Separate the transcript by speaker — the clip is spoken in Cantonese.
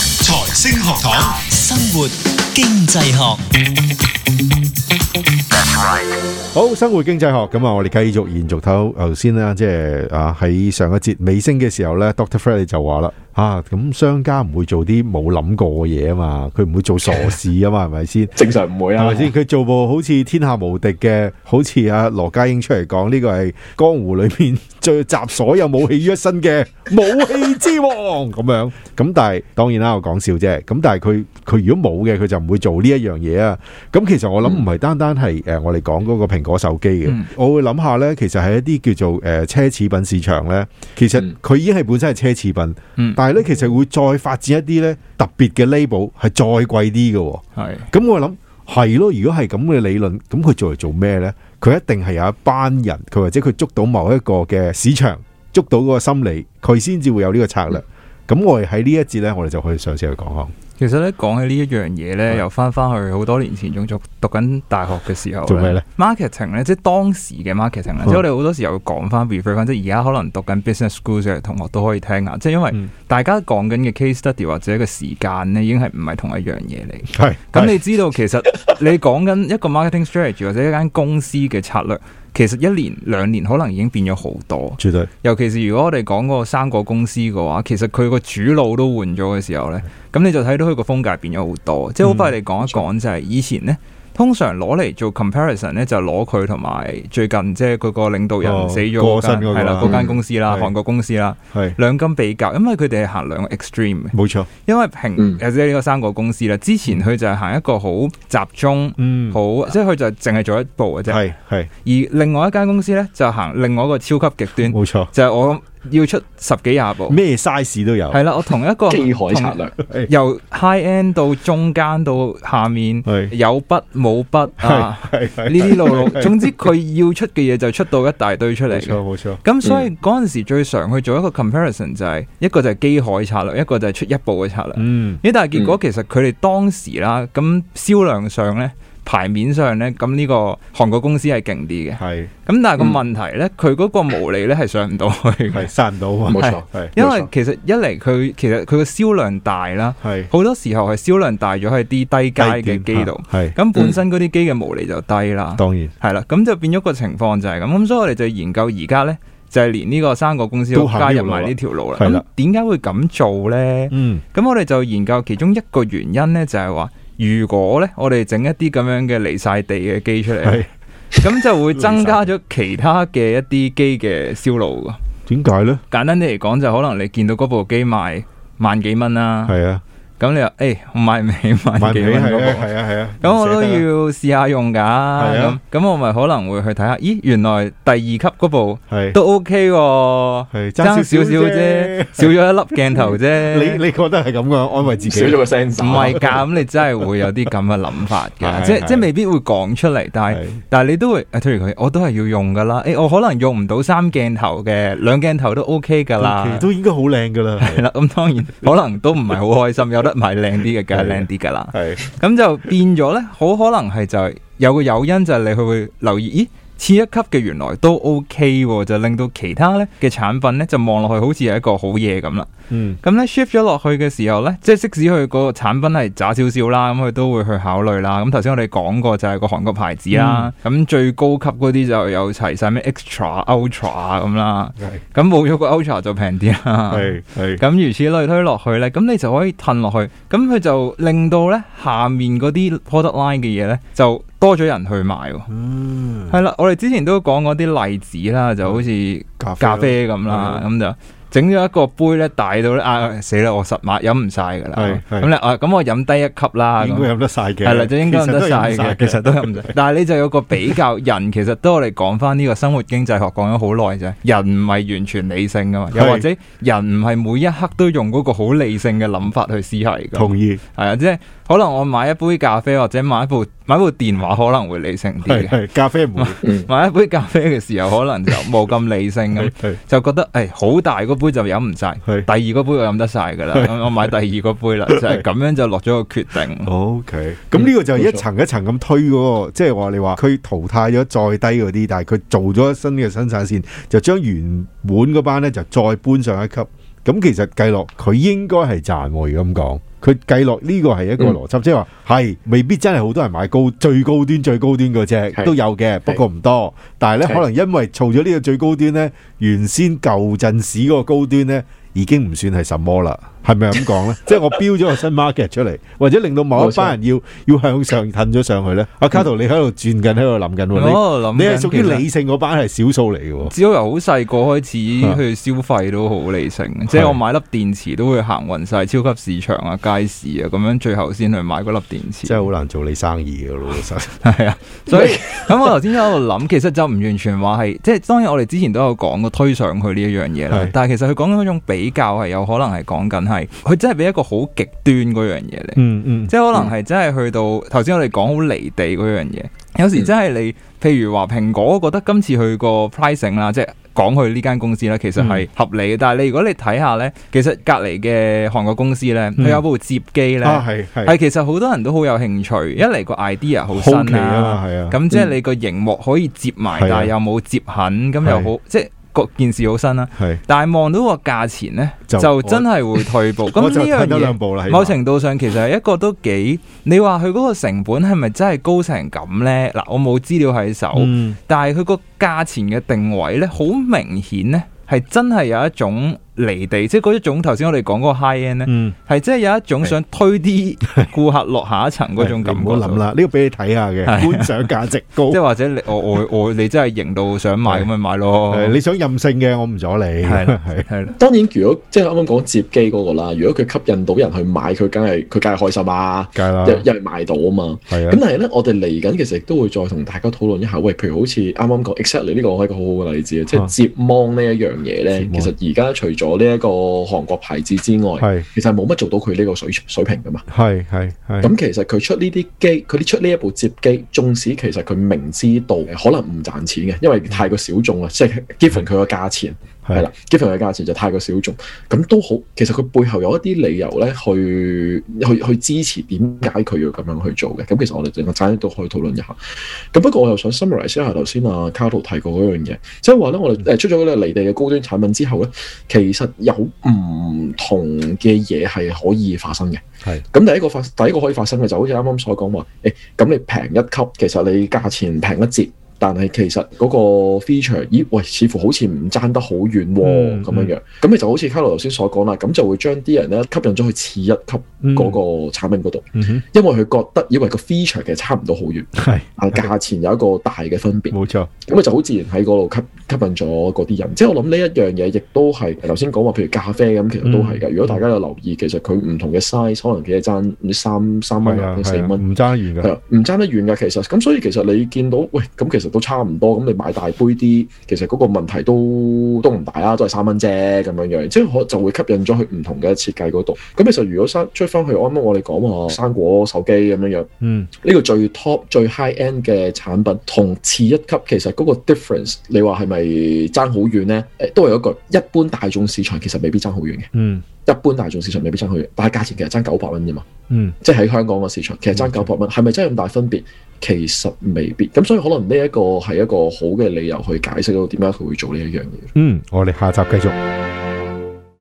Speaker 1: 星學堂，
Speaker 2: 生活經濟學，
Speaker 3: 好，生活經濟學咁啊，我哋繼續延續頭頭先啦，即係啊喺上一節尾聲嘅時候呢 Doctor Fred 就話啦，啊咁商家唔會做啲冇諗過嘅嘢啊嘛，佢唔會做傻事啊嘛，係咪先？
Speaker 4: 正常唔會
Speaker 3: 係
Speaker 4: 啊
Speaker 3: 咪，先？佢做部好似天下無敵嘅，好似阿羅家英出嚟講，呢個係江湖裏面最集所有武器於一身嘅武器之王咁樣。咁但係當然啦，我講笑啫。咁但係佢佢如果冇嘅，佢就唔會做呢一樣嘢啊。咁其實我諗唔係單單係誒我哋講嗰個蘋果手機嘅，
Speaker 4: 嗯
Speaker 3: 我會諗下呢，其實係一啲叫做誒、呃奢侈品市場呢。其實
Speaker 4: 嗯
Speaker 3: 佢已經係本身係奢侈品，
Speaker 4: 嗯
Speaker 3: 但係呢，其實會再發展一啲呢特別嘅 label 係再貴啲嘅喎。
Speaker 4: 係
Speaker 3: 咁我諗係咯，如果係咁嘅理論，咁佢做嚟做咩呢？佢一定係有一班人，佢或者佢捉到某一個嘅市場，捉到嗰個心理，佢先至會有呢個策略。咁我哋喺呢一節呢，我哋就可以上次去講下
Speaker 4: 其實咧講起呢一樣嘢咧，
Speaker 3: 係
Speaker 4: 又翻翻去好多年前，仲讀讀緊大學嘅時候
Speaker 3: 做咩呢？
Speaker 4: marketing 咧，即係當時嘅 marketing 咧，
Speaker 3: 嗯
Speaker 4: 即係我哋好多時候會講翻 refer 翻，即係而家可能讀緊 business school 嘅同學都可以聽下，即係因為
Speaker 3: 嗯
Speaker 4: 大家講緊嘅 case study 或者個時間咧，已經係唔係同一樣嘢嚟。
Speaker 3: 係
Speaker 4: 咁
Speaker 3: 係
Speaker 4: 你知道 其實你講緊一個 marketing strategy 或者一間公司嘅策略，其實一年兩年可能已經變咗好多。
Speaker 3: 絕對
Speaker 4: 尤其是如果我哋講嗰個生果公司嘅話，其實佢個主腦都換咗嘅時候呢，咁你就睇到佢個風格變咗好多。即係好
Speaker 3: 嗯
Speaker 4: 快嚟講一講就係以前呢，通常攞嚟做 comparison 呢，就攞佢同埋最近即係佢個領導
Speaker 3: 哦
Speaker 4: 人死咗
Speaker 3: 過
Speaker 4: 嗰
Speaker 3: 身
Speaker 4: 間
Speaker 3: 嗰個
Speaker 4: 係啦
Speaker 3: 嗯
Speaker 4: 嗰間公司啦，
Speaker 3: 係
Speaker 4: 韓國公司啦，
Speaker 3: 係
Speaker 4: 兩金比較，因為佢哋係行兩個 extreme 嘅。
Speaker 3: 冇錯，
Speaker 4: 因為平
Speaker 5: 嗯
Speaker 4: 或者呢個生果公司啦，之前佢就係行一個好集中。
Speaker 3: 嗯，
Speaker 4: 好，即係佢就淨係做一步嘅啫。
Speaker 3: 係係
Speaker 4: 而另外一間公司呢，就行另外一個超級極端，
Speaker 3: 冇錯，
Speaker 4: 就係我要出十幾廿部，
Speaker 3: 咩 size 都有，
Speaker 4: 係啦，我同一個
Speaker 5: 機海策略，
Speaker 4: 同由 high end 到中間到下面
Speaker 3: 係
Speaker 4: 有筆冇筆
Speaker 3: 係
Speaker 4: 啊，
Speaker 3: 係嗯係
Speaker 4: 呢啲路路，
Speaker 3: 係
Speaker 4: 總之佢要出嘅嘢就出到一大堆出嚟
Speaker 3: 冇錯嗯
Speaker 4: 嘅。
Speaker 3: 冇錯，
Speaker 4: 咁所以嗰陣時最常去做一個 comparison 就係一個就係機海策略，一個就係出一步嘅策略。
Speaker 3: 嗯
Speaker 4: 咦，但係結果其實佢哋當時啦，咁銷量上呢，牌面上呢，咁呢個韓國公司係勁啲嘅。
Speaker 3: 係
Speaker 4: 咁但係個
Speaker 3: 嗯
Speaker 4: 問題呢，佢嗰個毛利呢係上唔到去嘅
Speaker 3: 係，殺唔到啊嘛，
Speaker 5: 冇錯，
Speaker 3: 係
Speaker 4: 因為其實一嚟佢其實佢個銷量大啦，
Speaker 3: 係
Speaker 4: 好多時候係銷量大咗喺啲低階嘅機度，
Speaker 3: 係
Speaker 4: 咁本身嗰啲機嘅毛利就低啦，
Speaker 3: 當然
Speaker 4: 係啦，咁就變咗個情況就係咁，咁所以我哋就研究而家呢，就係連呢個生果公司都
Speaker 3: 都行呢
Speaker 4: 加
Speaker 3: 條
Speaker 4: 入
Speaker 3: 路啦
Speaker 4: 埋呢條路啦，
Speaker 3: 係啦
Speaker 4: 咁點解會咁做呢？
Speaker 3: 嗯
Speaker 4: 咁我哋就研究其中一個原因呢，就係話，如果呢，我哋整一啲咁樣嘅離晒地嘅機出嚟
Speaker 3: 係。
Speaker 4: 咁就會增加咗其他嘅一啲機嘅銷路㗎。
Speaker 3: 點解咧？
Speaker 4: 簡單啲嚟講，就可能你見到嗰部機賣萬幾蚊啦，
Speaker 3: 係啊，
Speaker 4: 咁你話誒我買 唔起萬
Speaker 3: 萬
Speaker 4: 幾
Speaker 3: 幾
Speaker 4: 蚊
Speaker 3: 係
Speaker 4: 嗰
Speaker 3: 啊
Speaker 4: 部，
Speaker 3: 係啊係啊，
Speaker 4: 咁我
Speaker 3: 唔捨
Speaker 4: 都
Speaker 3: 得啊
Speaker 4: 要試下用㗎。咁
Speaker 3: 啊
Speaker 4: 咁我咪可能會去睇下，咦原來第二級嗰部
Speaker 3: 係
Speaker 4: 都 OK 喎，
Speaker 3: 係爭
Speaker 4: 爭
Speaker 3: 少
Speaker 4: 少
Speaker 3: 少
Speaker 4: 少
Speaker 3: 啫
Speaker 4: 啫，少咗一粒鏡頭啫
Speaker 3: 你。你覺得係咁噶？安慰自己
Speaker 5: 少咗個
Speaker 4: 唔
Speaker 5: sense，
Speaker 4: 係㗎，咁你真係會有啲咁嘅諗法
Speaker 3: 係
Speaker 4: 嘅，即
Speaker 3: 係
Speaker 4: 即未必會講出嚟，但係
Speaker 3: 係
Speaker 4: 但係你都會，誒，譬如佢，我都係要用噶啦，誒、我可能用唔到三鏡頭嘅，兩鏡頭都 OK 噶啦
Speaker 3: 其實，都應該好靚噶啦，
Speaker 4: 係啦，咁當然可能都唔係好開心，有得買靚啲嘅，梗係
Speaker 3: 係
Speaker 4: 靚啲噶啦，
Speaker 3: 係
Speaker 4: 咁就變咗呢，好可能係就係有個誘因，就係你去會留意，咦，次一級嘅原來都 OK 喎，就令到其他呢嘅產品呢，就望落去好似係一個好嘢咁啦。
Speaker 3: 嗯
Speaker 4: 咁咧 shift 咗落去嘅時候咧，即係即使佢個產品係渣少少啦，咁佢都會去考慮啦。咁頭先我哋講過就係個韓國牌子啦，咁、最高級嗰啲就有齊晒咩 extra、ultra 啊咁啦，
Speaker 3: 係
Speaker 4: 咁冇咗個 ultra 就平啲啦。
Speaker 3: 係係
Speaker 4: 咁如此類推落去咧，咁你就可以褪落去，咁佢就令到咧下面嗰啲 product line 嘅嘢咧就多咗人去買喎。
Speaker 3: 嗯
Speaker 4: 係啦，我哋之前都講過啲例子啦，就好似
Speaker 3: 咖啡
Speaker 4: 咖啡咁啦，咁就整咗一個杯咧，大到咧啊死啦，我十碼飲唔晒噶啦
Speaker 3: 係，係
Speaker 4: 咁你啊咁我飲低一級啦，
Speaker 3: 應該
Speaker 4: 啊咁
Speaker 3: 飲得晒嘅，
Speaker 4: 係啦，就應該飲得晒嘅，其
Speaker 3: 其實
Speaker 4: 實都飲唔晒。但係你就有個比較，人其實都我哋講翻呢個生活經濟學講咗好耐啫，人唔係完全理性噶嘛，又
Speaker 3: 係
Speaker 4: 或者人唔係每一刻都用嗰個好理性嘅諗法去思考噶。
Speaker 3: 同意
Speaker 4: 係啊，即係可能我買一杯咖啡或者買一部買一部電話可能會理性啲
Speaker 3: 係
Speaker 4: 嘅。
Speaker 3: 係咖 啡唔會
Speaker 4: 買一杯咖啡嘅時候，可能就冇咁理性咁
Speaker 3: 係，係
Speaker 4: 就覺得誒好大嗰杯就飲唔晒，
Speaker 3: 係
Speaker 4: 第二個杯我飲得晒㗎啦，咁我買第二個杯啦，就係咁樣就落咗個 決定。
Speaker 3: OK。咁呢
Speaker 4: 嗯
Speaker 3: 個就係一層一層咁推嗰個，即係話你話佢淘汰咗再低嗰啲，但係佢做咗新嘅生產線，就將原本嗰班咧就再搬上一級。咁其實計落佢應該係賺喎，如果咁講。佢計落呢個係一個邏輯，即係話係未必真係好多人買高最高端最高端嗰只
Speaker 1: 係
Speaker 3: 都有嘅，不過唔多。但係咧，
Speaker 1: 係
Speaker 3: 可能因為做咗呢個最高端咧，原先舊陣時嗰個高端咧已經唔算係什麼啦，係咪咁講 咧？即係我標咗個新 market 出嚟，或者令到某一班人要要向上褪咗上去咧。阿卡圖，你喺度轉緊，喺度諗緊喎，你
Speaker 4: 我諗
Speaker 3: 你係屬於
Speaker 4: 緊其實
Speaker 3: 理性嗰班係少數嚟嘅喎。
Speaker 4: 只要由好細個開 始去消費都好理性，即係我買粒電池都會行勻晒超級市場啊、街市啊，咁樣最後先去買嗰粒電池。
Speaker 3: 真係好難做你生意嘅老實。
Speaker 4: 係啊，所以咁我頭先喺度諗，其實就唔完全話係，即係當然我哋之前都有講過推上去呢一樣嘢啦
Speaker 3: 係。
Speaker 4: 但係其實佢講緊嗰種比較係有可能係講緊係，佢真係俾一個好極端嗰樣嘢嚟。
Speaker 3: 嗯嗯，
Speaker 4: 即係可能係真係去到頭先我哋講好離地嗰樣嘢，有
Speaker 3: 嗯
Speaker 4: 時真係你譬如話蘋果覺得今次佢個 pricing 啦，即係講佢呢間公司啦，其實
Speaker 3: 嗯
Speaker 4: 係合理嘅。但係你如果你睇下呢，其實隔離嘅韓國公司呢，
Speaker 3: 嗯
Speaker 4: 佢有部摺機
Speaker 3: 啊
Speaker 4: 呢，
Speaker 3: 係
Speaker 4: 係
Speaker 3: 係
Speaker 4: 其實好多人都好有興趣，一嚟個 idea 好
Speaker 3: 好
Speaker 4: 新
Speaker 3: 奇啊
Speaker 4: 啦
Speaker 3: 嘛，，係啊。
Speaker 4: 咁即係你個熒幕可以摺埋，
Speaker 3: 係啊
Speaker 4: 但係又冇摺痕，咁
Speaker 3: 係
Speaker 4: 又好即係。個件事好新啦，
Speaker 3: 係
Speaker 4: 但係望到個價錢呢，
Speaker 3: 就
Speaker 4: 就真係會退步。咁
Speaker 3: 我就
Speaker 4: 呢樣
Speaker 3: 褪咗
Speaker 4: 嘢
Speaker 3: 兩步啦，起碼
Speaker 4: 某程度上其實係一個都幾，你話佢嗰個成本係咪真係高成咁呢？嗱，我冇資料喺手，
Speaker 3: 嗯
Speaker 4: 但係佢個價錢嘅定位呢，好明顯呢，係真係有一種離地，即係嗰一種頭先我哋講嗰個 high end 呢，
Speaker 3: 嗯，
Speaker 4: 係真係有一種想推啲顧客落下一層嗰種
Speaker 3: 喂
Speaker 4: 感
Speaker 3: 你
Speaker 4: 覺。
Speaker 3: 唔好諗啦，呢個俾你睇下嘅，
Speaker 4: 係啊
Speaker 3: 觀賞價值高
Speaker 4: 即。係或者你我我我你真係型到想買咁咪買咯。
Speaker 3: 誒你想任性嘅，我唔阻你。
Speaker 4: 係啦
Speaker 3: 係
Speaker 4: 係啦，
Speaker 1: 當然，如果即係啱啱講接機嗰個啦，如果佢吸引到人去買，佢梗係佢梗係開心啦，
Speaker 3: 梗係啦
Speaker 1: 因，為因為買到啊嘛。
Speaker 3: 係
Speaker 1: 咁
Speaker 3: 啊，
Speaker 1: 但係咧，我哋嚟緊其實亦都會再同大家討論一下，喂，譬如好似啱啱講 exactly 呢個係一個好好嘅例子啊，即
Speaker 3: 啊
Speaker 1: 係接芒呢一樣嘢咧
Speaker 3: 摺，芒
Speaker 1: 其實而家除咗呢一個韓國牌子之外，
Speaker 3: 係
Speaker 1: 其實冇乜做到佢呢個水水平噶嘛。
Speaker 3: 係係係。
Speaker 1: 咁其實佢出呢啲機，佢啲出呢一部接機，縱使其實佢明知道可能唔賺錢嘅，因為太過小眾啊，即係 given 佢個價錢
Speaker 3: 係
Speaker 1: 係啦，given 佢個價錢就太過小眾，咁都好。其實佢背後有一啲理由咧，去去去支持點解佢要咁樣去做嘅。咁其實我哋另外陣間都可以討論一下。咁不過我又想 summarize 一下頭先啊卡圖提過嗰樣嘢，即係話咧，我哋呃誒出咗嗰個離地嘅高端產品之後咧，其實有唔同嘅嘢係可以發生嘅。咁第一個發第一個可以發生嘅就好似啱啱所講話，誒、咁你平一級，其實你價錢平一截，但係其實嗰個 feature，咦喂，似乎好似唔爭得好遠喎、
Speaker 3: 嗯
Speaker 1: 咁樣樣。咁你就好似卡羅頭先所講啦，咁就會將啲人咧吸引咗去次一級嗰個產品嗰度，
Speaker 3: 嗯哼
Speaker 1: 因為佢覺得以為個 feature 其實差唔到好遠，
Speaker 3: 係
Speaker 1: 但係價錢有一個大嘅分別。
Speaker 3: 冇錯，
Speaker 1: 咁啊就好自然喺嗰度吸吸引咗嗰啲人，即係我諗呢一樣嘢亦都係頭先講話，譬如咖啡咁，其實都係
Speaker 3: 嗯
Speaker 1: 㗎。如果大家有留意，其實佢唔同嘅 size 可能幾爭唔知三三蚊
Speaker 3: 係啊
Speaker 1: 或者四
Speaker 3: 係啊，
Speaker 1: 蚊，
Speaker 3: 唔爭遠
Speaker 1: 係
Speaker 3: 㗎。
Speaker 1: 啊，唔爭得遠㗎。其實咁所以其實你見到喂咁其實都差唔多，咁你買大杯啲，其實嗰個問題都都唔大啦，都係三蚊啫咁樣樣，即係可就會吸引咗佢唔同嘅設計嗰度。咁其實如果生追翻去啱啱我哋講話生果手機咁樣樣。
Speaker 3: 嗯，
Speaker 1: 呢個最 top 最 high end 嘅產品同次一級其實嗰個 difference，你話係咪爭好遠呢？誒，都係有一句，一般大眾市場其實未必爭好遠嘅，
Speaker 3: 嗯，
Speaker 1: 一般大眾市場未必爭好遠，但係價錢其實爭九百蚊啫嘛，
Speaker 3: 嗯，
Speaker 1: 即係喺香港嘅市場其實爭九百蚊，係咪真係咁大分別？其實未必，咁所以可能呢一個係一個好嘅理由去解釋到點解佢會做呢一樣嘢。
Speaker 3: 嗯，我哋下集繼續。